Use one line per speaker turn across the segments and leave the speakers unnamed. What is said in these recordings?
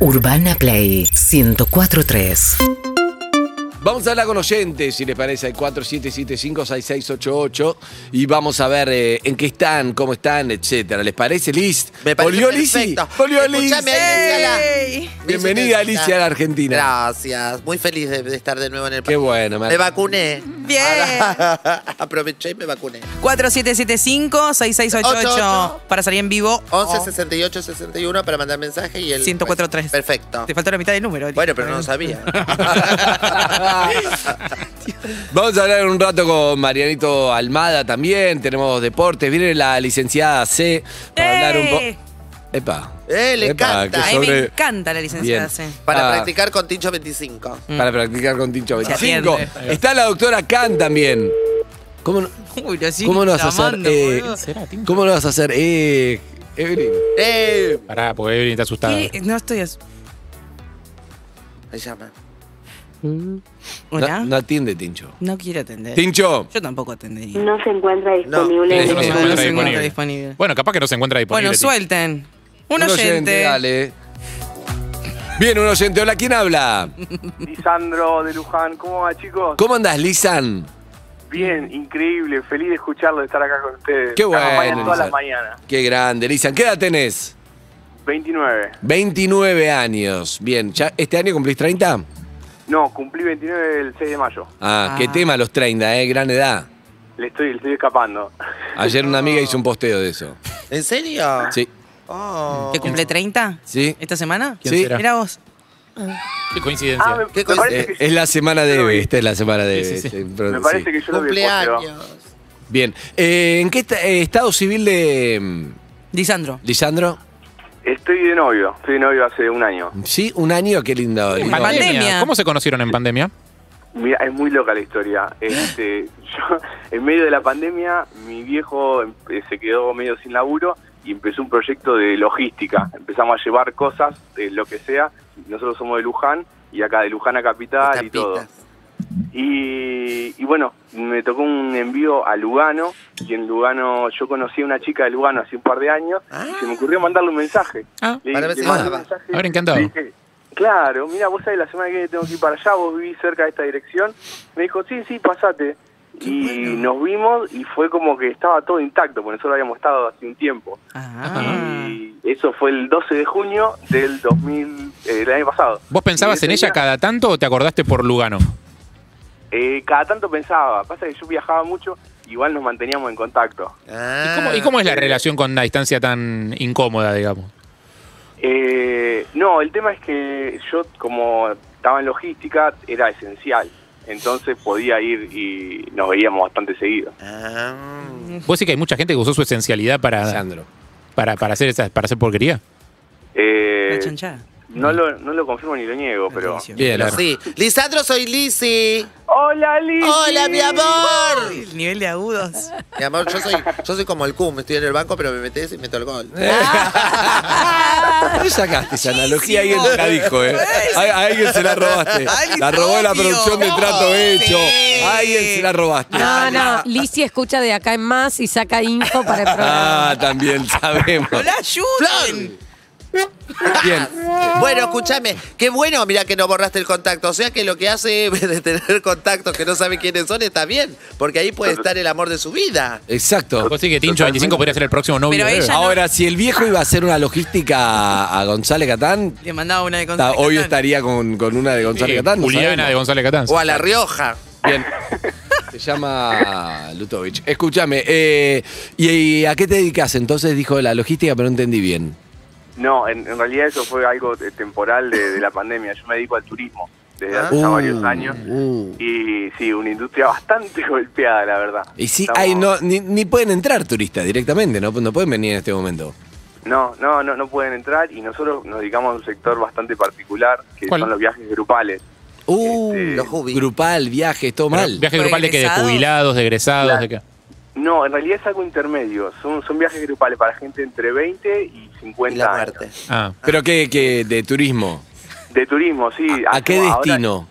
Urbana Play 1043.
Vamos a hablar con oyentes, si les parece, al 4775-6688 y vamos a ver eh, en qué están, cómo están, etcétera. ¿Les parece, Liz?
Me parece
¿Volvió Lizzy?
perfecto.
¿Volvió Liz?
Escuchame, Alicia, la-
Bienvenida,
Alicia.
Alicia, a la Argentina.
Gracias. Muy feliz de, de estar de nuevo en el
Qué
país.
bueno, me-
Me vacuné.
Bien.
Ahora- Aproveché y me vacuné.
4775-6688 para salir en vivo. Oh.
11
o
68 61 para mandar mensaje y el.
1043.
Perfecto.
Te faltó la mitad del número.
Bueno, pero no lo sabía.
Vamos a hablar un rato con Marianito Almada también. Tenemos deportes. Viene la licenciada C para hablar un
¡Eh!
poco. Epa.
Eh, le encanta.
que
A mí me
sobre-
encanta la licenciada
Bien.
C.
Para
Ah.
practicar con Tincho 25.
Para practicar con Tincho
Se
25.
atiende.
Está la doctora Khan también. ¿Cómo no,
Uy, lo sigo
¿Cómo lo vas a hacer?
llamando,
eh,
boludo.
¿Cómo lo vas a hacer? Eh, Evelyn.
¡Eh!
Pará, porque Evelyn está asustada.
¿Qué? No estoy. as-
Me llama.
Hola. Eh,
No,
No,
no atiende, Tincho.
quiero atender.
Tincho.
Yo tampoco atendería.
No se encuentra
No,
disponible.
no
No,
se
no,
encuentra
se encuentra
disponible.
disponible.
Bueno, capaz que no se encuentra disponible.
Bueno,
tío.
suelten. Un oyente.
Dale. Bien, un oyente. Hola, ¿quién habla?
Lisandro de Luján, ¿cómo va chicos?
¿Cómo andás, Lisan?
Bien, increíble, feliz de escucharlo, de estar acá con ustedes.
Qué
Me acompañan
bueno,
todas las
Lisandro.
mañanas.
Qué grande, Lisan. ¿Qué edad tenés?
29.
29 años. Bien, ¿ya ¿este año cumplís 30?
No, cumplí 29 el 6 de mayo.
Ah,
Ah.
qué tema los 30, ¿eh? Gran edad.
Le estoy, le estoy escapando.
Ayer una amiga hizo un posteo de eso.
¿En serio?
Sí.
Oh.
¿Que cumple 30?
Sí.
¿Esta semana?
¿Quién Sí. será?
Mira vos.
Qué
Ah,
coincidencia.
me,
¿Qué
me parece
Eh,
que,
es la semana de Eve, esta es la semana de
Sí,
Eve.
sí, sí.
Sí, pero
me
sí.
parece que yo lo vi el posteo.
Cumpleaños.
Bien. Eh, ¿En qué esta- eh, estado civil de mm,
Lisandro.
Lisandro?
Estoy de novio, estoy de novio hace un año.
Sí, un año, qué lindo.
En
lindo.
pandemia.
¿Cómo se conocieron en pandemia?
Mira, es muy loca la historia. Este, yo, en medio de la pandemia, mi viejo eh, se quedó medio sin laburo y empezó un proyecto de logística. Empezamos a llevar cosas, de lo que sea. Nosotros somos de Luján y acá de Luján a Capital y
Tapitas.
todo. Y, y bueno, me tocó un envío a Lugano y en Lugano yo conocí a una chica de Lugano hace un par de años y se me ocurrió mandarle un mensaje.
Ah,
Le-
para ver
le
si
mandé
estaba.
un mensaje,
A ver, encantado.
le dije, claro, mira, vos sabés, la semana que viene tengo que ir para allá, vos vivís cerca de esta dirección. Me dijo, sí, sí, pasate. Y nos vimos y fue como que estaba todo intacto, porque nosotros habíamos estado hace un tiempo.
Ah.
Y eso fue el 12 de junio del 2000, eh, del año pasado.
¿Vos pensabas
Y
en
ese
ella
día-
cada tanto o te acordaste por Lugano?
eh, cada tanto pensaba, pasa que yo viajaba mucho, igual nos manteníamos en contacto.
Ah.
¿Y cómo, y cómo
eh,
es la relación con una distancia tan incómoda, digamos?
Eh, no, el tema es que yo como estaba en logística era esencial, entonces podía ir y nos veíamos bastante seguido.
Ah.
Vos sí que hay mucha gente que usó su esencialidad para,
Lisandro.
para, para hacer esas, para hacer porquería.
Eh,
La chanchada.
no, lo, no lo confirmo ni lo niego, pero...
Patricio.
Bien,
Claro.
Sí. Lisandro, soy Lisi.
Hola, Liz.
Hola, mi amor.
El nivel de agudos.
Mi amor, yo soy, yo soy como el cum, estoy en el banco, pero me metes y meto el gol.
Eh. ¿Dónde sacaste esa analogía? Alguien te la dijo, ¿eh? A, a alguien se la robaste.
Alguien
La robó la
obvio.
producción de trato
No,
hecho.
sí.
A alguien se la robaste.
Ah,
No, no, Lizzie escucha de acá en más y saca info para el programa.
Ah, también sabemos.
¡No la ayuden!
Bien.
Ah, Bueno, escúchame, qué bueno, mira que no borraste el contacto. O sea que lo que hace de tener contactos que no sabe quiénes son está bien, porque ahí puede estar el amor de su vida.
Exacto.
Vos sí que Tincho 25 podría ser el próximo novio.
Pero
de
ella-
Eve.
Ahora, si el viejo iba a hacer una logística a- a González Catán,
Le mandaba una de
está-
Gonzalo
hoy
Catán.
estaría con, con una de González
Sí,
Catán. no
Juliana de
sabemos.
González Catán.
O a La Rioja.
Bien. Se llama Lutovich. Escúchame, eh, ¿y, y a qué te dedicas? Entonces dijo la logística, pero no entendí bien.
No, en, en realidad eso fue algo eh, temporal de, de la pandemia. Yo me dedico al turismo desde hace ya
Uh,
varios años.
uh.
Y sí, una industria bastante golpeada, la verdad.
Y sí,
Estamos-
ay, no, ni, ni pueden entrar turistas directamente, ¿no? No pueden venir en este momento.
No, no, no, no pueden entrar y nosotros nos dedicamos a un sector bastante particular, que
¿Cuál?
son los viajes grupales.
Uh,
Este,
los Ubi.
grupal, viajes, todo
Pero,
mal.
Viaje grupal de que de
¿Egresados?
jubilados, de egresados, de Ah. qué.
No, en realidad es algo intermedio. Son, son viajes grupales para gente entre 20 y 50
Y la
años.
muerte.
Ah.
Pero que, que de turismo.
De turismo, sí.
¿A qué
Hacemos ahora-
destino?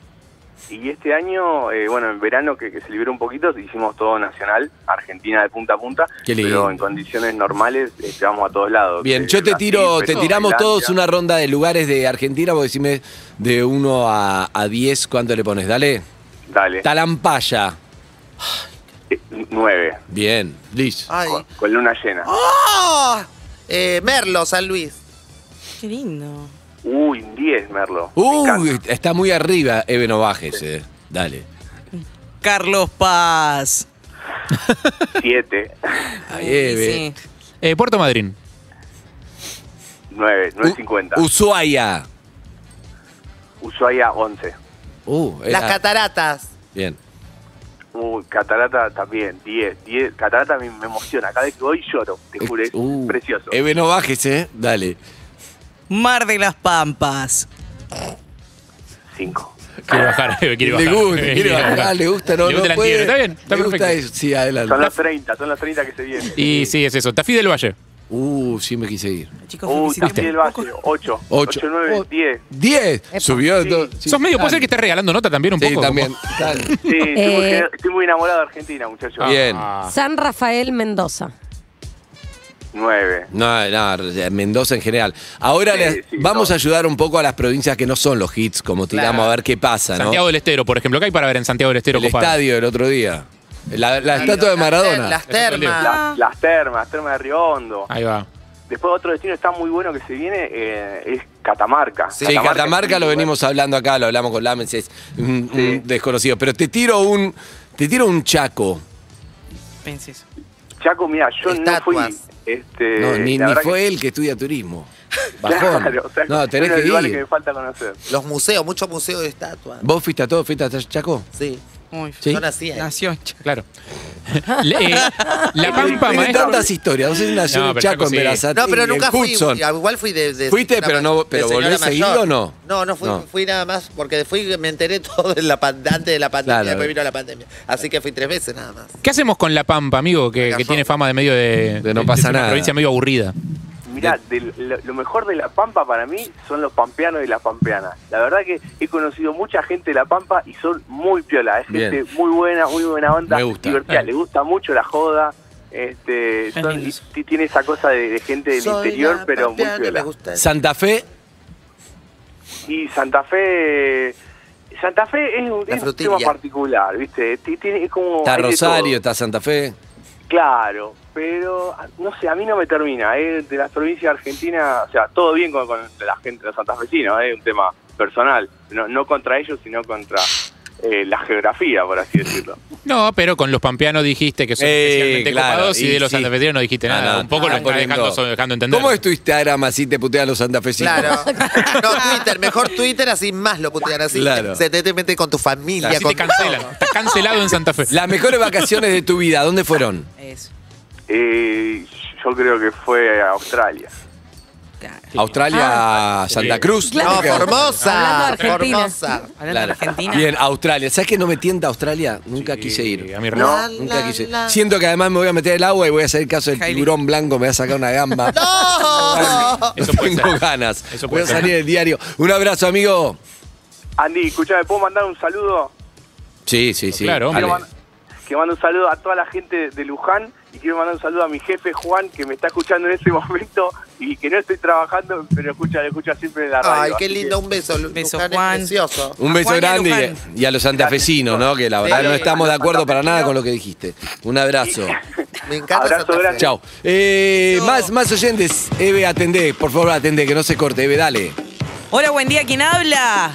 Y este año, eh, bueno, en verano que, que se liberó un poquito, hicimos todo nacional, Argentina de punta a punta,
Qué lindo.
pero en condiciones normales eh, vamos a todos lados.
Bien,
Eh,
yo te
Brasil,
tiro, te
Perú,
tiramos
Tailandia.
todos una ronda de lugares de Argentina, vos decime de 1 a, a 10 cuánto le pones, dale.
Dale,
Talampaya.
eh, nueve,
Bien, Liz.
Ay.
con, con luna llena.
Ah.
¡Oh! Eh, Merlo, San Luis.
Qué lindo.
Uy, un diez, Merlo. Me
Uy,
encanta.
está muy arriba Ebeno Bajes, eh. Dale.
Carlos Paz.
Siete,
Ahí,
Sí,
Ebe.
sí.
Eh, Puerto Madryn.
nueve, nueve cincuenta.
U- Ushuaia.
Ushuaia, once.
Uh,
Las
era-
cataratas.
Bien.
Uy, Catarata también, 10, 10. Catarata me, me emociona, cada vez que voy lloro, te juro, es
Uh,
precioso.
Ebeno Bajes, eh. Dale.
Mar de las Pampas.
5.
Quiere bajar, Eve, quiere bajar.
le gusta,
Eve,
quiere bajar, Ah, le gusta, no,
Le gusta
no
el
puede.
antihéroe, está bien, está
le gusta
perfecto.
eso, sí, adelante.
Son las 30, son las 30 que se vienen.
Y sí, es eso. Tafí del Valle.
Uh, sí me quise ir.
Chicos,
Uy,
felicitemos
también el
un poco.
Valle, 8, 8,
Ocho.
9,
Oh,
10.
Diez.
Epa.
Subió.
Sí.
dos- sí,
Sos medio, puede ser
dale.
que estés regalando nota también un
Sí,
poco.
también. Dale.
Sí, estoy, muy,
Eh.
gener- estoy muy enamorado de Argentina, muchachos.
Ah,
Bien.
San Rafael Mendoza.
9.
No, no, Mendoza en general. Ahora
Sí,
le-
sí,
vamos
no.
a ayudar un poco a las provincias que no son los hits, como tiramos
Claro.
a ver qué pasa, ¿no?
Santiago del Estero, por ejemplo. ¿Qué hay para ver en Santiago del Estero,
el
copado?
estadio del otro día. La, la estatua de
Las ter-
Maradona.
Las termas.
Ah.
las termas, termas de Río Hondo.
Ahí va.
Después otro destino está muy bueno que se viene, eh, es Catamarca.
Sí, Catamarca,
es
lo
un lugar-
venimos hablando acá, lo hablamos con Lamens, es un,
Sí.
un desconocido. Pero te tiro un, te tiro un chaco.
Pensé eso.
Chaco, mira, yo no fui.
Estatuas.
Este,
No, ni,
la
ni
verdad
fue
que-
él que estudia turismo. Bajón.
Claro, o sea,
no, tenés
uno de
que
los lugares
ir.
que me falta conocer.
Los museos, muchos museos de estatuas.
¿Vos fuiste a todo? ¿Fuiste a Chaco?
Sí.
Uy,
Sí.
Yo nací ahí.
Nació. ch-
Claro. Le- eh, la Pampa,
Tiene
maestro.
tantas historias. Vos es una
No, pero
Chaco
Chaco
en
sí.
Berazategui,
No, pero
en
nunca fui.
Hudson.
Igual fui de. de-
Fuiste,
nada
pero
más,
no-
de
pero
señora
volvés
mayor.
seguido o no?
No, no fui,
No.
fui nada más porque fui, me enteré todo de la pan- antes de la pandemia,
Claro.
después vino la pandemia. Así que fui tres veces nada más.
¿Qué hacemos con La Pampa, amigo? Que, que tiene fama de medio de.
De no pasa
ser una
nada.
provincia medio aburrida.
Mirá, del- lo, lo mejor de La Pampa para mí son los pampeanos y las pampeanas. La verdad que he conocido mucha gente de La Pampa y son muy piola. Es
Bien.
gente muy buena, muy buena onda,
Me gusta. Ah.
divertida. Le gusta mucho la joda. Este, son- y t- tiene esa cosa de, de gente del
Soy
interior,
la
pero muy
pampeana, me
piola.
gusta.
Santa Fe,
Y Santa Fe... Santa Fe es un,
La
es un
frutilla.
tema particular, ¿viste? T- Tiene, es como...
está
hay de
Rosario,
todo.
está Santa Fe.
Claro, pero ah, no sé, a mí no me termina. eh, de las provincias argentinas, o sea, todo bien con, con la gente, los santafesinos, es un tema personal. No, no contra ellos, sino contra eh, la geografía, por así decirlo.
No, pero con los pampeanos dijiste que son
Eh,
especialmente
claro,
copados y,
y
de los
sí.
santafesinos no dijiste
Ah,
nada.
no,
Un poco
ah,
lo está
poniendo-
dejando, dejando entender.
¿Cómo es tu Instagram así te putean los santafesinos?
Claro. No, Twitter, mejor Twitter, así más lo putean así.
Claro.
Se te, te mete con tu familia.
Así
con
te cancelan. Estás cancelado en Santa Fe.
Las mejores vacaciones de tu vida, ¿dónde fueron?
Eso.
Eh, yo creo que fue a Australia.
Claro.
Ah,
Australia, Santa Cruz.
Claro.
No,
¿Dónde quedó?
Formosa.
Hablando de Argentina.
Formosa.
Hablando de
Claro.
Argentina.
Bien, Australia. ¿Sabes que no me tienta Australia? Nunca quise
Sí,
ir.
A mi
No.
hermano.
Nunca quise.
La, la, la.
Siento que además me voy a meter el agua y voy a hacer caso del
Kylie.
tiburón blanco, me va a sacar una gamba.
¡No!
Eso
no
puede
tengo
ser.
ganas.
Eso
voy
puede
a
ser.
salir del diario. Un abrazo, amigo.
Andy, escuchame, ¿puedo mandar un saludo?
Sí, sí, sí.
Claro,
Dale.
hombre.
Quiero man- que mando un saludo a toda la gente de Luján y quiero mandar un saludo a mi jefe Juan que me está escuchando en este momento y que no estoy trabajando, pero escucha, le escucha siempre en la radio.
Ay, qué
así que-
lindo, un beso. Lu-
Beso,
Luján es
Juan.
precioso.
Un
A
beso
Juan y a
grande
Luján.
y a los santafesinos, ¿no? Que la verdad
Sí.
no estamos de
A los
acuerdo para nada
santafesinos.
con lo que dijiste. Un abrazo.
Me encanta.
Abrazo
Santa Fe.
grande.
Chao. Eh,
No.
más, más oyentes. Eve, atendé. Por favor, atendé, que no se corte. Eve, dale.
Hola, buen día. ¿Quién habla?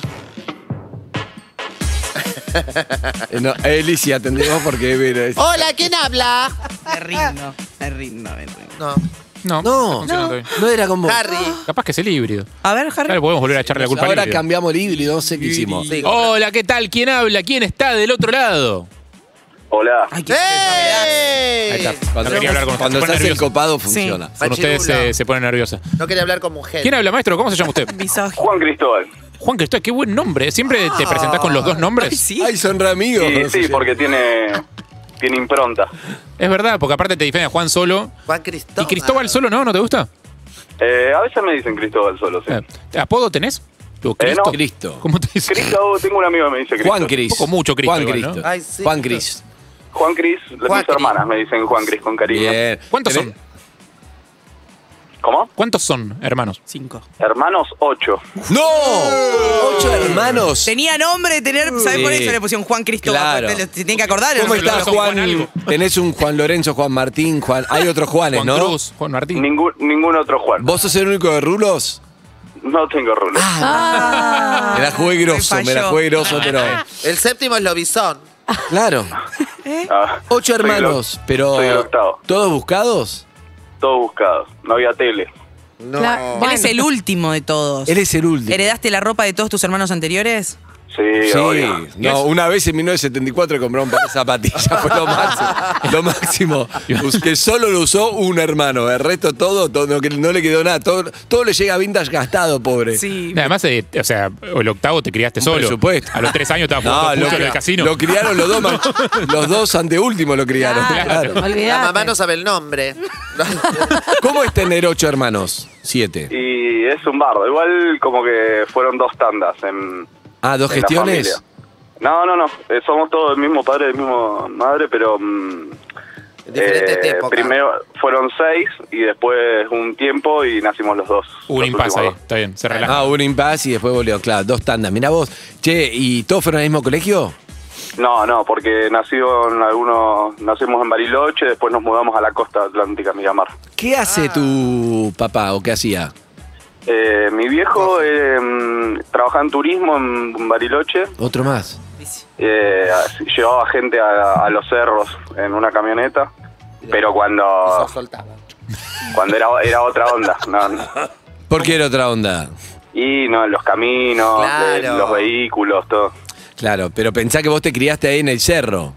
Eh, No, eh, Lizzy, atendé vos porque Eve era- es-
Hola, ¿quién habla?
Me rindo. Me rindo, me rindo.
No.
No. está
No,
funcionando
no,
bien.
era como.
Harry.
Capaz que es el híbrido.
A ver, Harry.
Claro, podemos volver a echarle la culpa al
Ahora
híbrido.
cambiamos el híbrido, no sé qué hicimos.
Sí.
Hola, ¿qué tal? ¿Quién habla? ¿Quién está del otro lado?
Hola.
Ay, qué
Ahí
¡Ey!
está.
Cuando,
No quería hablar con-
cuando se
se pone
hace el
nervioso.
copado funciona.
Con ustedes
Machirulo.
se, se pone nerviosa.
No quería hablar con mujer.
¿Quién habla, maestro? ¿Cómo se llama usted?
misógino.
Juan Cristóbal.
Juan Cristóbal, qué buen nombre. ¿Siempre te presentás con los dos
Ay,
nombres?
sí.
Ah. Ay, son re amigos.
Y
no sé
sí,
yo.
porque tiene, tiene impronta.
Es verdad, porque aparte te diferencia Juan solo.
Juan Cristóbal.
¿Y Cristóbal solo no? ¿No te gusta?
Eh, a veces me dicen Cristóbal solo, sí.
Eh, ¿Apodo tenés? ¿Tú,
Eh,
Cristo?
no.
Cristo.
¿Cómo te dice?
Cristo, oh, tengo un amigo que me dice Cristo.
Juan Cris.
Un poco mucho Cristo
Juan
igual, ¿no?
Cristo.
Ay, sí,
Juan
pero-
Cris.
Juan Cris, las
Juan
mis
Cris.
hermanas me dicen Juan Cris con cariño.
Bien. Eh,
¿Cuántos son?
¿Cómo?
¿Cuántos son, hermanos?
Cinco.
Hermanos ocho.
¡No! ¡Ocho hermanos!
Tenía nombre de tener, ¿sabes por
Sí.
eso le pusieron Juan Cristóbal?
Claro.
Te lo- te tienen que acordar.
¿Cómo
el nombre
estás,
de los dos.
Juan
Juan?
algo?
Tenés un Juan Lorenzo, Juan Martín, Juan. Hay otros Juanes,
Juan
¿no?
Cruz, Juan Martín.
Ningún, ningún otro Juan.
¿Vos sos el único de Rulos?
No tengo rulos.
Ah.
Ah.
me la jugué
me
grosso, me la
falló.
jugué grosso, pero.
El séptimo es Lobizón.
Claro.
Ah,
Ocho
soy el
hermanos,
oc-
pero.
Soy el octavo.
¿Todos buscados?
Todos buscados. No había tele.
No.
La-
Él es el último de todos.
Él es el último.
¿Heredaste la ropa de todos tus hermanos anteriores?
Sí,
Sí,
obvio.
no, una vez en 1974 compró un par de zapatillas, fue lo máximo. Lo máximo. Us- Que solo lo usó un hermano, el resto todo, todo, no, que no le quedó nada. Todo, todo le llega vintage gastado, pobre.
Sí.
No, Además, eh, o sea, el octavo te criaste
Un
solo.
presupuesto.
A los tres años estabas jugando
No,
fútbol
lo,
en el casino.
lo criaron los dos, ma- los dos anteúltimos lo criaron.
Claro,
claro.
La
olvidate.
mamá no sabe el nombre.
¿Cómo es tener ocho hermanos? Siete.
Y es un bardo. Igual como que fueron dos tandas en.
Ah, dos
en la
gestiones.
familia. No, no, no. Eh, somos todos del mismo padre, del mismo madre, pero. mm,
Diferentes
eh,
tiempos.
Primero fueron seis y después un tiempo y nacimos los dos.
Hubo un
Los
impasse ahí.
últimos
Está bien, se relaja.
Ah, un impasse y después volvió. Claro, dos tandas. Mirá vos. Che, ¿y todos fueron al mismo colegio?
dos. No, no, porque nació en algunos. Nacimos en Bariloche, después nos mudamos a la costa atlántica, Miramar.
¿Qué hace tu papá o qué hacía?
Eh, mi viejo eh, mm, trabajaba en turismo en Bariloche,
Otro más.
eh, así- llevaba gente a, a los cerros en una camioneta, pero cuando, cuando era, era otra onda, no, no.
¿Por qué era otra onda?
y no, los caminos,
Claro.
eh, los vehículos, todo.
Claro, pero pensá que vos te criaste ahí en el cerro.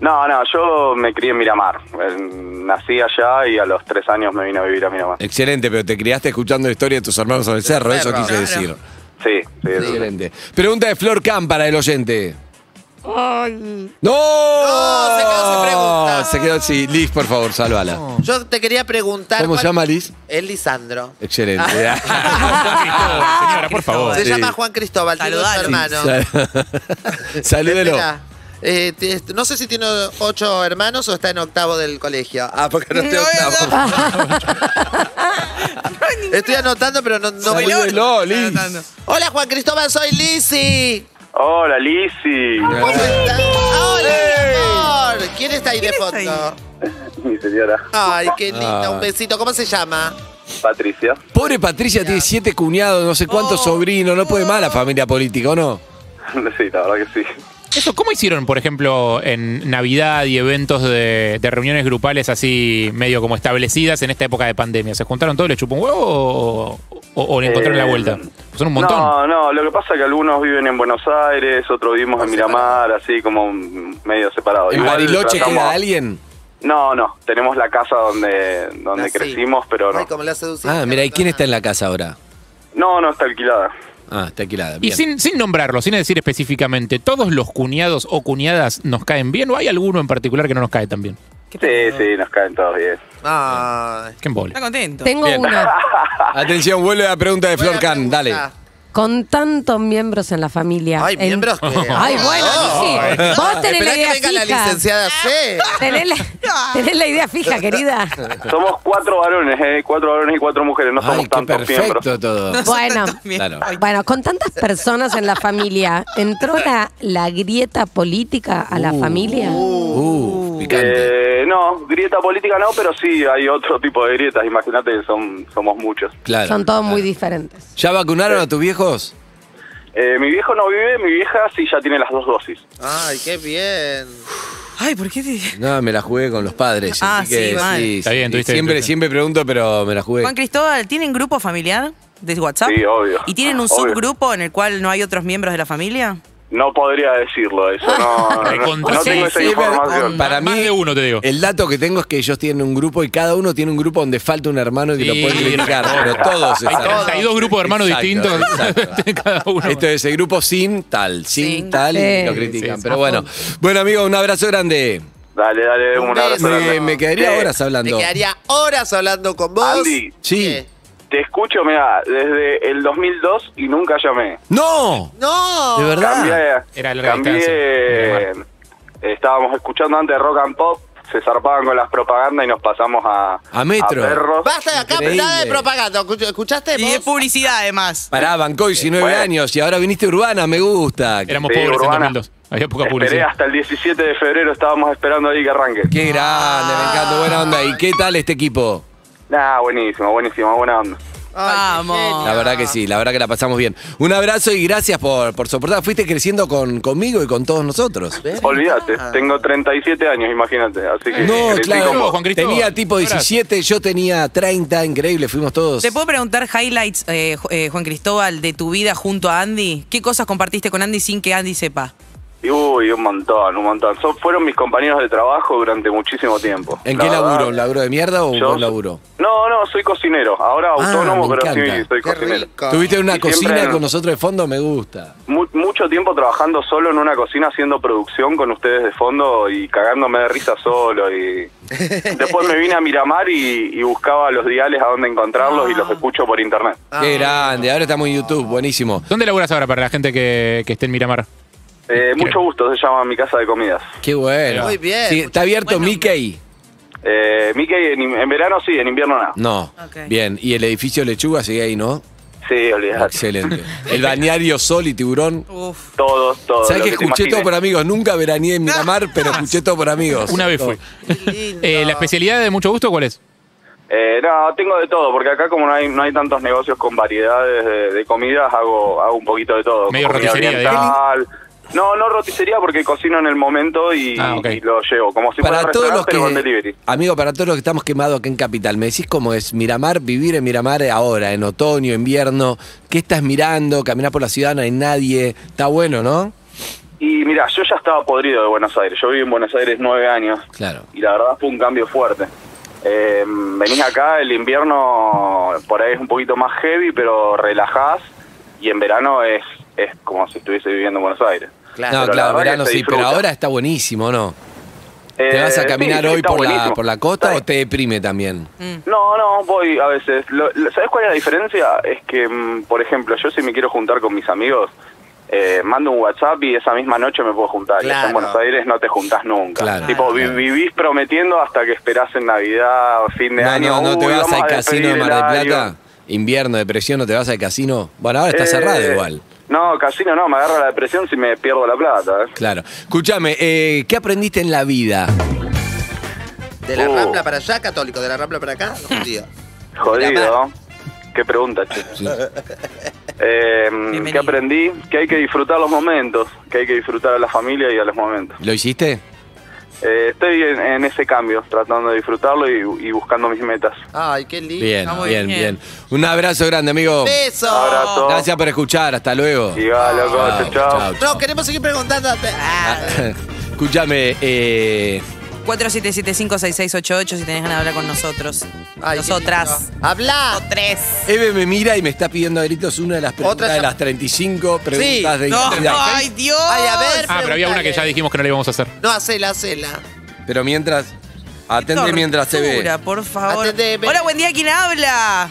No, no, yo me crié en Miramar, Eh, nací allá y a los tres años me vine a vivir a Miramar.
Excelente, pero te criaste escuchando la historia de tus hermanos en el cerro, eso
cerro.
quise
Claro.
decir.
Sí, sí, sí.
Excelente. Pregunta de Flor Camp para el oyente. ¡No!
No, se quedó sin pregunta.
Se quedó así. Liz, por favor, sálvala.
Yo te quería preguntar.
¿Cómo se
cuál-
llama Eh, Liz?
Es Lisandro.
Excelente.
Ah.
Cristóbal, señora, por favor.
Se
Sí.
llama Juan Cristóbal, tiene dos
Saludalo.
hermanos.
Salúdelo.
Espera, eh, t- no sé si tiene ocho hermanos o está en octavo del colegio. Ah, porque no estoy
No,
octavo. Estoy anotando, pero no, no voy a-
Salúdelo, Liz.
Anotando.
Hola, Juan Cristóbal, soy Lizzy.
Hola, Lizzy.
¿Cómo estás? Hola, mi amor. ¿Quién está ahí de
está
fondo?
Mi señora
Ay, qué linda,
Ah.
un besito. ¿Cómo se llama?
Patricia.
Pobre Patricia tiene siete cuñados, no sé cuántos
Oh.
sobrinos, no puede más la familia política, ¿o no?
Sí, la verdad que sí.
Eso, ¿cómo hicieron, por ejemplo, en Navidad y eventos de, de reuniones grupales así medio como establecidas en esta época de pandemia? ¿Se juntaron todos, les chupó un huevo o, o- o le encontraron la
Eh,
vuelta? Pues son un montón.
No, no, lo que pasa es que algunos viven en Buenos Aires, otros vivimos en Miramar, así como mm, medio separados.
¿En
Igual
Bariloche
tratamos-
queda alguien?
No, no, tenemos la casa donde, donde
Nací.
crecimos, pero no.
Ah, Ay, como la seducí.
Ah, mira, ¿y quién está en la casa ahora?
No, no está alquilada.
Ah, está alquilada.
Y
Bien.
sin, sin nombrarlo, sin decir específicamente, ¿todos los cuñados o cuñadas nos caen bien o hay alguno en particular que no nos cae tan bien?
Sí, sí, nos caen todos bien.
Ay.
¿Qué embole?
Está contento.
Tengo
Bien.
una.
Atención, vuelve la pregunta de Flor Can, dale.
Con tantos miembros en la familia.
Ay,
en-
miembros que- Oh.
Ay, bueno, sí. Vos tenés
Esperá
la idea
que venga la
fija.
licenciada C.
Tenés la, tenés la idea fija, querida.
Somos cuatro varones, ¿eh? Cuatro varones y cuatro mujeres, no
Ay,
somos
qué
tantos miembros.
perfecto todo.
Bueno,
Bien.
Claro.
bueno, con tantas personas en la familia, ¿entró la, la grieta política a la familia?
Uh, picante.
Eh, no, grieta política no, pero sí hay otro tipo de grietas, imagínate que son, somos muchos.
Claro.
Son todos muy diferentes.
¿Ya vacunaron a tus viejos?
Eh, mi viejo no vive, mi vieja sí ya tiene las dos dosis.
Ay, qué bien.
Ay, ¿por qué te.?
No, me la jugué con los padres.
Ah,
así que
sí, mal.
Está bien, tuviste-
siempre,
tuviste.
siempre pregunto, pero me la jugué.
Juan Cristóbal, ¿tienen grupo familiar de WhatsApp?
Sí, obvio.
¿Y tienen un
Obvio.
subgrupo en el cual no hay otros miembros de la familia?
No podría decirlo eso, no, no,
Recontra-
no
Sí,
tengo esa
sí,
información.
Para
Más
mí,
de uno, te digo.
el dato que tengo es que ellos tienen un grupo y cada uno tiene un grupo donde falta un hermano y que lo
Sí,
pueden criticar.
recontra.
Pero todos
Hay
exacto.
32 grupos de hermanos
Exacto,
distintos.
exacto.
Cada uno.
Este,
Esto es el grupo sin tal, sin
Sin
tal, y
tal.
lo
Sí, Ah,
critican.
sí,
pero bueno, bueno, amigo, un abrazo grande.
Dale, dale,
Un
un
beso.
abrazo.
Me,
grande.
me quedaría
Sí.
horas
Me
hablando.
quedaría horas hablando con vos.
Andy,
Sí.
Eh,
Te escucho, mira, desde el 2002 y nunca llamé.
¡No!
¡No!
¿De verdad?
Cambié,
Era larga
cambié,
distancia.
estábamos escuchando antes rock and pop, se zarpaban con las propagandas y nos pasamos a,
A Metro.
perros.
Basta de acá,
Increíble.
nada de propaganda. ¿Escuch- ¿Escuchaste
Y
vos?
es publicidad, además.
Pará, bancó 19
Bueno.
años y ahora viniste urbana, me gusta.
Éramos
Sí,
pobres
Urbana.
en 2002. Había poca
Esperé
publicidad.
hasta el 17 de febrero, estábamos esperando ahí que arranque.
Qué grande, me encanta, buena onda. ¿Y qué tal este equipo?
Nah, buenísimo, buenísimo, buena onda.
Ay, qué
Vamos.
genio.
La verdad que sí, la verdad que la pasamos bien. Un abrazo y gracias por, por soportar. Fuiste creciendo con, conmigo y con todos nosotros. ¿eh?
Olvídate, tengo 37 años, imagínate, así que
No,
crecí
claro.
con vos.
Juan Cristóbal.
tenía tipo 17, yo tenía 30, increíble, fuimos todos.
¿Te puedo preguntar highlights, eh, Ju- eh, Juan Cristóbal, de tu vida junto a Andy? ¿Qué cosas compartiste con Andy sin que Andy sepa?
Y uy, un montón, un montón. So- fueron mis compañeros de trabajo durante muchísimo tiempo.
¿En
La
qué
verdad,
laburo? ¿Un laburo de mierda o un
yo-
buen laburo?
No, no, soy cocinero. Ahora
Ah,
autónomo,
me
pero sí,
encanta.
soy
Qué
cocinero.
rico.
Tuviste una
Y
cocina
siempre-
con nosotros de fondo, me gusta.
Mu- mucho tiempo trabajando solo en una cocina haciendo producción con ustedes de fondo y cagándome de risa solo y después me vine a Miramar y, y buscaba los diales a dónde encontrarlos y los escucho por internet.
Qué grande, ahora estamos en YouTube, buenísimo.
¿Dónde laburas ahora para la gente que, que esté en Miramar?
Eh, mucho gusto, se llama Mi Casa de Comidas.
Qué bueno.
Muy bien.
Sí, ¿Está abierto Mickey?
Eh, Mickey, en, en verano sí, en invierno nada.
No.
Ok.
Bien, y el edificio Lechuga sigue ahí, ¿no?
Sí, olvidate.
Excelente. El balneario Sol y Tiburón.
Uf.
Todo, todo.
¿Sabes
lo
que
que te
escuché todo
imagines.
por amigos? Nunca veraneé en Miramar, pero escuché todo por amigos.
Una vez fui.
lindo.
Eh, ¿La especialidad de mucho gusto cuál es?
Eh, no, tengo de todo, porque acá como no hay, no hay tantos negocios con variedades de, de comidas, hago, hago un poquito de todo.
Medio
Comida
roticería,
oriental. No, no roticería porque cocino en el momento y,
Ah, ok.
y lo llevo, como si
Para
fuera
todos los
restaurante,
que.
pero con delivery.
Amigo, para todos los que estamos quemados acá en Capital, me decís cómo es Miramar, vivir en Miramar ahora, en otoño, invierno. ¿Qué estás mirando? Caminar por la ciudad, no hay nadie. Está bueno, ¿no?
Y mira, yo ya estaba podrido de Buenos Aires. Yo viví en Buenos Aires nueve años
Claro.
y la verdad fue un cambio fuerte. Eh, venís acá, el invierno por ahí es un poquito más heavy, pero relajás y en verano es, es como si estuviese viviendo en Buenos Aires.
Claro.
no,
Pero la
claro,
verdad que
verano
se
sí, pero
disfruta.
ahora está buenísimo, ¿no? ¿Te
Eh,
vas a
sí,
caminar
sí,
hoy
está
por la,
buenísimo.
por la costa
Está-
o te deprime también?
No, no, voy a veces. ¿Sabes cuál es la diferencia? Es que, mm, por ejemplo, yo si me quiero juntar con mis amigos, eh, mando un WhatsApp y esa misma noche me puedo juntar. Y acá en
Claro.
Buenos Aires no te juntás nunca.
Claro.
tipo, vi-
Claro.
vivís prometiendo hasta que esperás en Navidad, fin de
No,
año.
no, no te
Uy,
vas
vamos
al
a
casino de
despedir
Mar del
el
Plata.
año.
Invierno, depresión, no te vas al casino. Bueno, ahora está
Eh,
cerrado igual.
No, casino no, me agarra la depresión si me pierdo la plata. eh.
Claro. Escúchame, eh, ¿qué aprendiste en la vida?
De la
Oh.
Rambla para allá, católico. De la Rambla para acá, judío.
Jodido. Qué pregunta, che. Eh, ¿Qué
Bienvenido.
aprendí? Que hay que disfrutar los momentos, que hay que disfrutar a la familia y a los momentos.
¿Lo hiciste?
Eh, estoy en, en ese cambio, tratando de disfrutarlo y, y buscando mis metas.
Ay, qué lindo.
Bien,
Ah, muy
bien, bien,
bien.
Un abrazo grande, amigo.
Beso.
Abrazo.
Gracias por escuchar. Hasta luego.
Y va, loco,
Chao,
chau, chau.
chao.
No, queremos seguir preguntándote. Ah.
Escúchame, eh,
47756688 si tenés ganas de hablar con nosotros.
Ay, qué
Nosotras.
lindo. Habla.
Tres.
Eve me mira y me está pidiendo a gritos una de las preguntas
Otra
de
ya-
las 35 preguntas de
No,
intimidad.
ay, Dios.
Ay, a ver.
Ah, pero había una que ya dijimos que no le íbamos a hacer.
No, hacela, hacela.
Pero mientras, atende mientras se ve.
Tortura, por favor.
Atendeme.
Hola, buen día, ¿quién habla?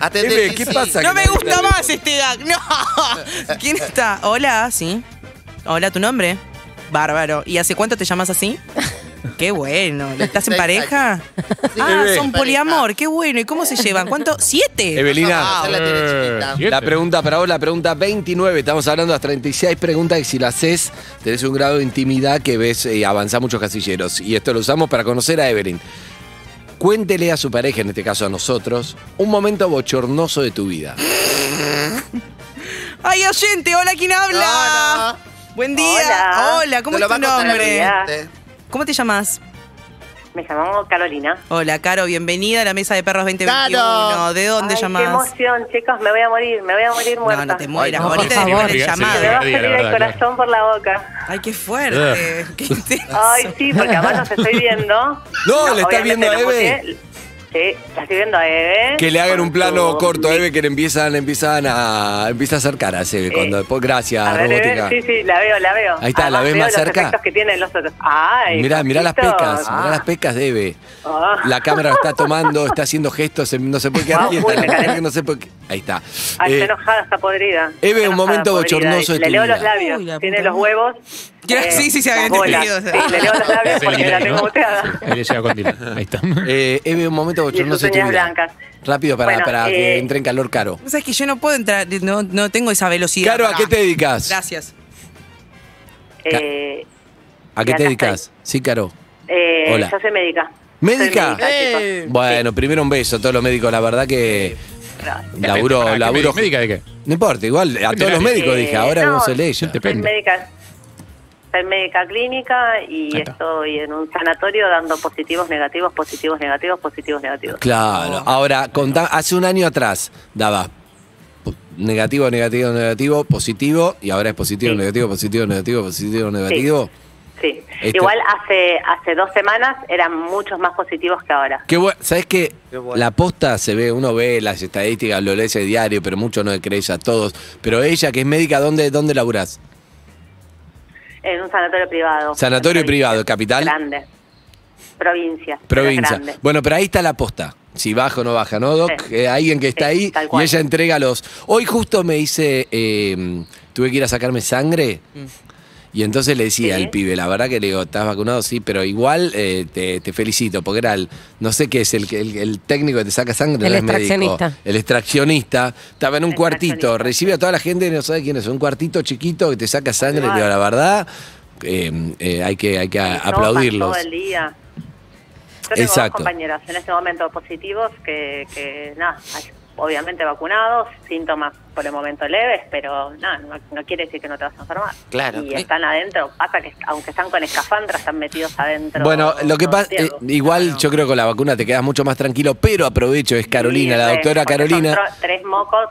Atendé,
Eve,
sí,
¿qué
sí.
pasa?
No
que
me
te
gusta
atendés?
más este gag. No. ¿Quién está? Hola, sí. Hola, ¿tu nombre? Bárbaro. ¿Y hace cuánto te llamas así? Qué bueno. ¿Estás en
Seis
pareja?
Sí.
Ah,
Eve.
son poliamor. Qué bueno. ¿Y cómo se llevan? ¿Cuánto? ¿Siete?
Evelina, este?
Ah, la tiene chiquita.
Eh,
La pregunta para vos, la pregunta 29. Estamos hablando de las 36 preguntas que si las haces, tenés un grado de intimidad que ves eh, avanzar muchos casilleros. Y esto lo usamos para conocer a Evelyn. Cuéntele a su pareja, en este caso a nosotros, un momento bochornoso de tu vida.
Ay, oyente, hola, ¿quién Eh. habla?
Hola.
Buen día.
Hola.
¿cómo
Te lo
es tu
va a contar
nombre?
la gente.
¿Cómo te llamas?
Me llamamos Carolina.
Hola, Caro, bienvenida a la mesa de perros 2021.
Caro.
¿De dónde
Ay, Qué
llamás?
emoción, chicos, me voy a morir, me voy a morir muerta.
No, no te
Ay,
mueras,
no,
morite
por
después
favor.
del
Sí,
Se
sí,
me
llamado.
va
María,
a salir
la
el
verdad, claro.
corazón por la boca.
Ay, qué fuerte. Qué intenso.
Ay, sí, porque además los estoy viendo.
No, le estás
obviamente
viendo a
los
Eve.
muteé. Sí, la estoy viendo a Eve.
Que le hagan un plano
Con tu-
corto a Eve, que le empiezan, le empiezan a. Empieza a acercar a Eve. Cuando, después- gracias,
Eh, A ver,
robótica.
Eve, sí, sí, la veo, la veo.
Ahí está, ¿la ves
veo
más
los
cerca?
efectos que tienen los otros. Ay,
Mirá, mirá las
cositos.
pecas, mirá las pecas de Eve.
Ah.
La cámara está tomando, está haciendo gestos, se- no se puede quedar
Ah,
quieta,
uy, me
la verdad
calenté.
que no se puede que- Ahí está.
Ay,
Eh,
está enojada, está podrida.
Eve,
Está
un
enojada,
momento
podrida.
bochornoso de
Le
tu
leo
vida.
los labios.
Uy, la
tiene
puta
los
madre.
huevos. eh,
Ya, sí, sí, se
las
habían
bolas.
entendido.
Sí, le leo los labios
Es el
porque la
delay,
tengo
¿no?
muteada.
Ahí le llega con delay. Ahí está.
eh, Eve, un momento bochornoso de tu
uñas
vida.
blancas.
Rápido para,
Bueno,
para
eh,
que entre en calor caro.
¿Sabes que yo no puedo entrar? No, no tengo esa velocidad.
Caro, ¿a
para-
qué te dedicas?
Gracias.
Eh,
¿A qué
acá
te dedicas? Sí, Caro.
eh,
Hola.
Yo soy médica.
¿Médica?
Soy médica,
Eh.
chicos.
Bueno, primero un beso a todos los médicos, la verdad que. Laburo,
Pará, ¿qué
laburo.
médica- ¿Médica de qué?
No importa, igual a todos los
Eh,
médicos dije, ahora
no,
no se lee. ya.
te-
Soy
Depende.
médica, soy médica clínica y
Ahí está.
estoy en un sanatorio dando positivos, negativos, positivos, negativos, positivos, negativos.
Claro. Ahora, contá- hace un año atrás daba po- negativo, negativo, negativo, positivo, y ahora es positivo,
Sí.
negativo, positivo, negativo, positivo, negativo.
Sí.
Este-
Igual hace hace dos semanas eran muchos más positivos que ahora.
Qué bueno, ¿sabes qué?
Qué bueno.
La posta se ve, uno ve las estadísticas, lo lees el diario, pero mucho no le crees a todos. Pero ella, que es médica, ¿dónde, dónde laburás?
En un sanatorio privado.
Sanatorio
En provincia.
privado, capital.
Grande. Provincia. pero
Provincia.
grande.
Bueno, pero ahí está la posta. Si baja o no baja, ¿no, Doc?
Sí.
Eh, alguien que está
Sí,
ahí
tal
y
cual.
ella entrega los. Hoy justo me hice. eh, tuve que ir a sacarme sangre. Y entonces le decía
Mm. Sí.
al pibe, la verdad que le digo, estás vacunado, sí, pero igual eh, te, te felicito, porque era el, no sé qué es, el, que- el, el técnico que te saca sangre.
El
no es médico.
extraccionista.
el extraccionista. Estaba en un
El
cuartito,
extraccionista.
recibe a toda la gente, no sabe quién es, un cuartito chiquito que te saca sangre. Le digo, la verdad, eh, eh, hay que, hay que
Toman
aplaudirlos.
Todo el día. Yo tengo
Exacto.
dos compañeros en este momento positivos que, que nada, obviamente vacunados, síntomas por el momento leves, pero nada, no, no quiere decir que no te vas a enfermar.
Claro.
Y están adentro, pasa que aunque están con escafandra, están metidos adentro.
Bueno, lo que
todo el
pasa, eh,
tiempo.
igual yo creo que con la vacuna te quedas mucho más tranquilo, pero aprovecho, es Carolina,
Sí,
la
re,
doctora
porque son
Carolina.
tro- Tres mocos,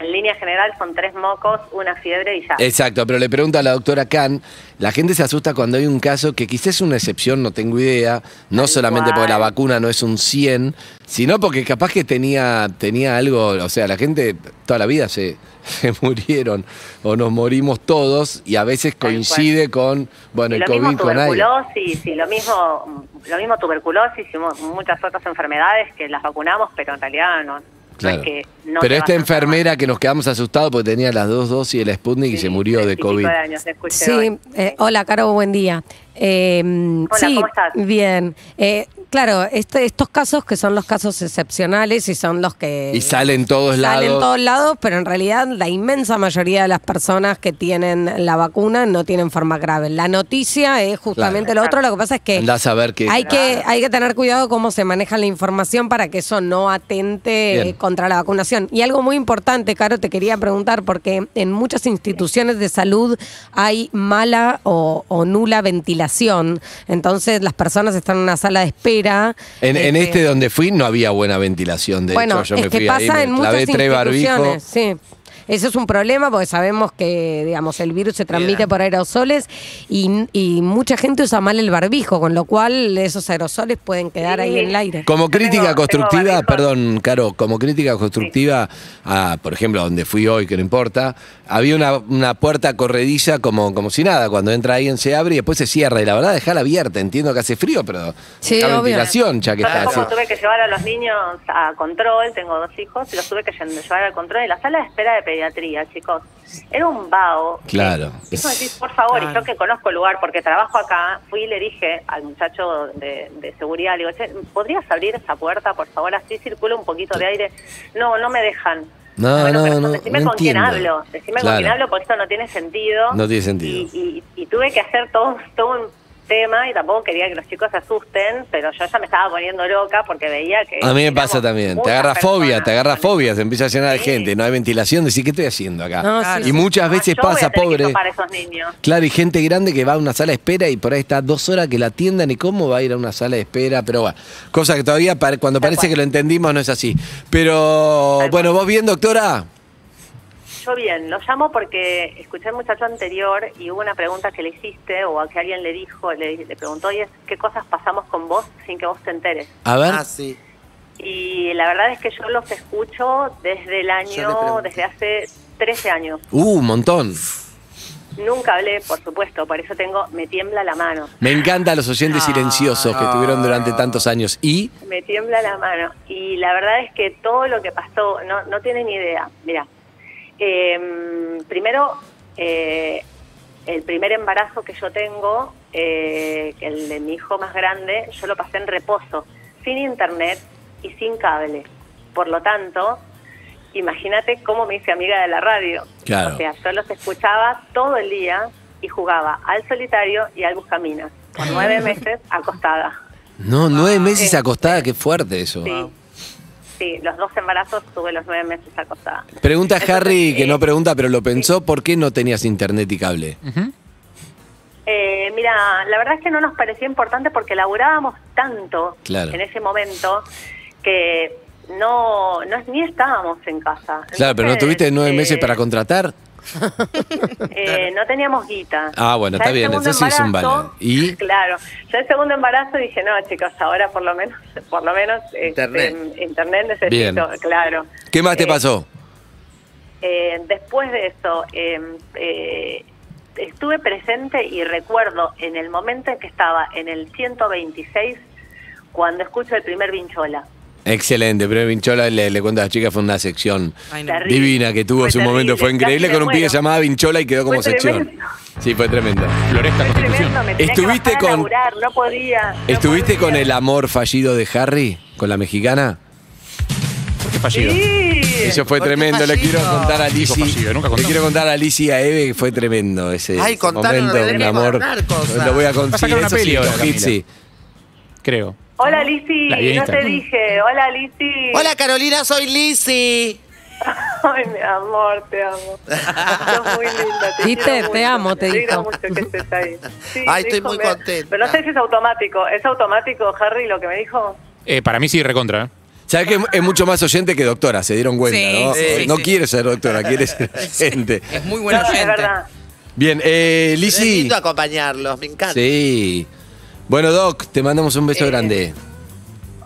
en línea general son tres mocos, una fiebre y ya.
Exacto, pero le pregunto a la doctora Khan, la gente se asusta cuando hay un caso que quizás es una excepción, no tengo idea, no
Tal
solamente porque la
cual.
vacuna no es un 100, sino porque capaz que tenía, tenía algo, o sea, la gente toda la vida se, se murieron o nos morimos todos y a veces
cual.
coincide con, bueno,
Y
el
lo
COVID
mismo
con algo.
tuberculosis y lo mismo lo mismo tuberculosis y mu- muchas otras enfermedades que las vacunamos pero en realidad no, no
Claro.
es que no
Pero
te
esta
vas a enfermar.
enfermera que nos quedamos asustados porque tenía las dos dosis de la Sputnik y
Sí,
se murió de
35
COVID.
años, escuché
Sí,
hoy.
eh, hola Caro, buen día. Eh, sí,
¿cómo estás?
Bien. Eh, claro, este- estos casos que son los casos excepcionales y son los que...
Y salen todos lados.
Salen todos lados, pero en realidad la inmensa mayoría de las personas que tienen la vacuna no tienen forma grave. La noticia es justamente lo otro. Lo que pasa es que
Andás a ver qué.
hay que hay que tener cuidado cómo se maneja la información para que eso no atente eh,
Bien.
contra la vacunación. Y algo muy importante, Caro, te quería preguntar, porque en muchas instituciones de salud hay mala o, o nula ventilación. Entonces las personas están en una sala de espera.
en, en
Este,
este donde fui no había buena ventilación. De
bueno,
hecho, yo
es
me
que
fui
pasa
ahí,
en
me
muchas
clavé tres barbijos.
instituciones, sí. Eso es un problema porque sabemos que, digamos, el virus se transmite por aerosoles y, y mucha gente usa mal el barbijo, con lo cual esos aerosoles pueden quedar ahí
Sí.
en el aire.
Como
Yo tengo-
crítica
tengo
constructiva,
barbijos.
perdón, Caro, como crítica constructiva, a, por ejemplo, donde fui hoy, que no importa, había una, una puerta corrediza como, como si nada. Cuando entra alguien se abre y después se cierra. Y la verdad, dejarla abierta. Entiendo que hace frío, pero
Sí,
la
obvio.
ventilación, ya que
Yo
está
como
así.
tuve que llevar a los niños a control, tengo dos hijos, y los tuve que lle- llevar al control en la sala de espera de pediatría, chicos. Era un vaho.
Claro.
Y vos decís, por favor, y yo que conozco el lugar porque trabajo acá, fui y le dije al muchacho de, de seguridad, le digo, "Che, ¿podrías abrir esa puerta, por favor? Así circula un poquito de aire. No, no me dejan.
No, no,
pero
no,
Decime
no
con quién
entiendo.
hablo, decime
Claro.
con quién hablo porque esto no tiene sentido.
No tiene sentido.
Y, y- y tuve que hacer todo, todo un tema y tampoco quería que los chicos se asusten, pero yo ya me estaba poniendo loca porque veía que...
A mí me
éramos
pasa también. Te
muchas
agarra fobia,
personas
te agarra
con-
fobia, se empieza a llenar de
Sí.
gente, no hay ventilación, decís, ¿qué estoy haciendo acá?
No,
Claro.
sí,
y
sí.
muchas
Ah,
veces
yo voy a
pasa,
tener que
pobre.
sopar a esos niños.
Claro, y gente grande que va a una sala de espera y por ahí está dos horas que la atiendan y cómo va a ir a una sala de espera, pero bueno, cosa que todavía pare- cuando
Tal
parece
cual.
que lo entendimos no es así. Pero
Tal
bueno,
cual.
vos bien, doctora.
Yo bien, lo llamo porque escuché al muchacho anterior y hubo una pregunta que le hiciste o a que alguien le dijo, le, le preguntó, y es, ¿qué cosas pasamos con vos sin que vos te enteres?
A ver,
Ah, sí.
Y la verdad es que yo los escucho desde el
Yo le pregunto.
año, desde hace 13 años.
Uh, un montón.
Nunca hablé, por supuesto, por eso tengo, me tiembla la mano.
Me encantan los
Ah.
oyentes silenciosos que estuvieron durante tantos años. Y
Me tiembla la mano. Y la verdad es que todo lo que pasó, no, no tienen ni idea. Mira, eh, primero, eh, el primer embarazo que yo tengo, eh, que el de mi hijo más grande, yo lo pasé en reposo, sin internet y sin cable. Por lo tanto, imagínate cómo me hice amiga de la radio.
Claro.
O sea, yo los escuchaba todo el día y jugaba al solitario y al buscaminas. Por nueve meses acostada.
no, nueve meses acostada, qué fuerte eso.
Ah, este, Sí. Sí, los dos embarazos tuve los nueve meses acostada.
Pregunta
Entonces,
Harry, que
eh,
no pregunta, pero lo pensó, ¿por qué no tenías internet y cable?
Eh, mira, la verdad es que no nos parecía importante porque laburábamos tanto
Claro.
en ese momento que no, no ni estábamos en casa.
Claro, pero no
Entonces,
tuviste nueve
eh,
meses para contratar.
eh, no teníamos guita.
Ah, bueno,
Ya
está
el
bien,
segundo
entonces sí es un
embarazo-
valor. ¿Y?
Claro, yo el segundo embarazo dije, no, chicos, ahora por lo menos, por lo menos este,
Internet.
internet necesito,
Bien.
claro.
¿Qué más te
Eh,
pasó?
Eh, después de eso, eh, eh, estuve presente y recuerdo en el momento en que estaba en el 126 cuando escucho el primer Vinchola.
Excelente, pero Vinchola, le, le cuento a las chicas, fue una sección
Ay, no.
Terrible.
divina que tuvo
Fue
su momento.
terrible,
Fue increíble
casi me
con un pibe
muero.
llamado Vinchola y quedó como
Fue
sección.
tremendo.
Sí, fue tremendo.
Floresta
Fue
Constitución.
tremendo, me tenía que
Estuviste
bajar a
con-
laburar, no podía. no
¿Estuviste
podía.
con el amor fallido de Harry, con la mexicana?
Qué fallido.
Sí.
Eso fue
¿Por qué
tremendo. Le
fallido?
quiero contar a
Dijo
Lizzie.
fallido, nunca
le
contamos.
quiero contar a Lizzie y a Eve que fue tremendo ese,
Ay,
ese
contanos,
momento.
nos
Un
tenemos que
amor.
contar cosas.
Lo voy a
Va a
conseguir.
sacar una
eso
peli
sí,
ahora,
lo hit, sí.
Creo.
Hola
La
Lisi, no
guionista.
te dije. Hola Lisi.
Hola Carolina, soy Lizzy.
Ay, mi amor, te amo. Sos muy linda. Te
Viste,
quiero
te
mucho.
amo, te
quiero
dijo.
mucho que estés ahí. Sí,
Ay, estoy
dijo,
muy
me-
contenta.
Pero no sé si es automático. ¿Es automático, Harry, lo que me dijo?
Eh, para mí sí, recontra. ¿eh?
Sabes que es mucho más oyente que doctora, se dieron cuenta,
Sí,
¿no?
sí,
Eh,
sí,
no
sí.
quiere ser doctora, quiere ser oyente.
Es muy buena
no,
gente.
es verdad.
Bien, eh,
Es
Lizzie.
lindo acompañarlos, me encanta.
Sí. Bueno, Doc, te mandamos un beso
Eh,
grande.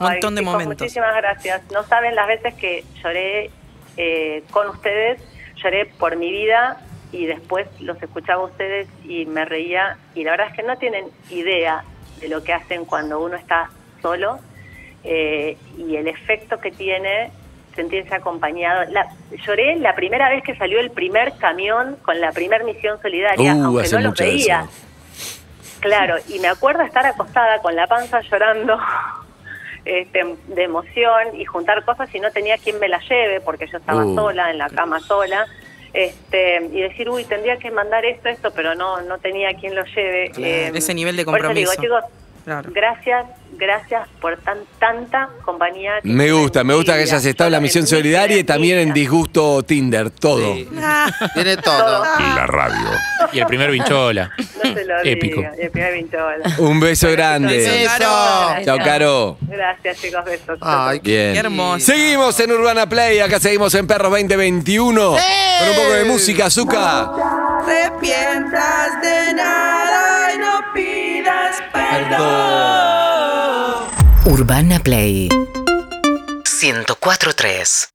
Montón de
chicos,
momentos.
Muchísimas gracias. No saben las veces que lloré eh, con ustedes, lloré por mi vida y después los escuchaba a ustedes y me reía. Y la verdad es que no tienen idea de lo que hacen cuando uno está solo eh, y el efecto que tiene sentirse acompañado. La- lloré la primera vez que salió el primer camión con la primer misión solidaria,
Uh,
aunque
hace
no los
mucho de
veía.
eso.
Claro, y me acuerdo estar acostada con la panza llorando este, de emoción y juntar cosas y no tenía quien me las lleve porque yo estaba
Uh.
sola, en la cama sola. Este, y decir, uy, tendría que mandar esto, esto, pero no no tenía quien lo lleve. Eh,
ese nivel de
por eso digo,
compromiso.
chicos,
Claro.
gracias, gracias por tan tanta compañía. que
Me
tienen
gusta, me
en mi
gusta que
vida.
hayas estado en la
Yo
misión
mi
solidaria y también en
terapista.
disgusto Tinder, todo.
Sí.
Ah,
Tiene todo.
La radio. Y el primer vinchola.
No se lo
Épico.
diga, y el primer vinchola.
Un beso grande.
beso.
Eso.
Chao, Caro.
Gracias, chicos, besos.
Ay,
qué
Bien.
hermoso.
Seguimos en Urbana Play, acá seguimos en Perros 2021. Con un poco de música, Azúcar.
Te piensas de nada y no pidas
Urbana Play 104.3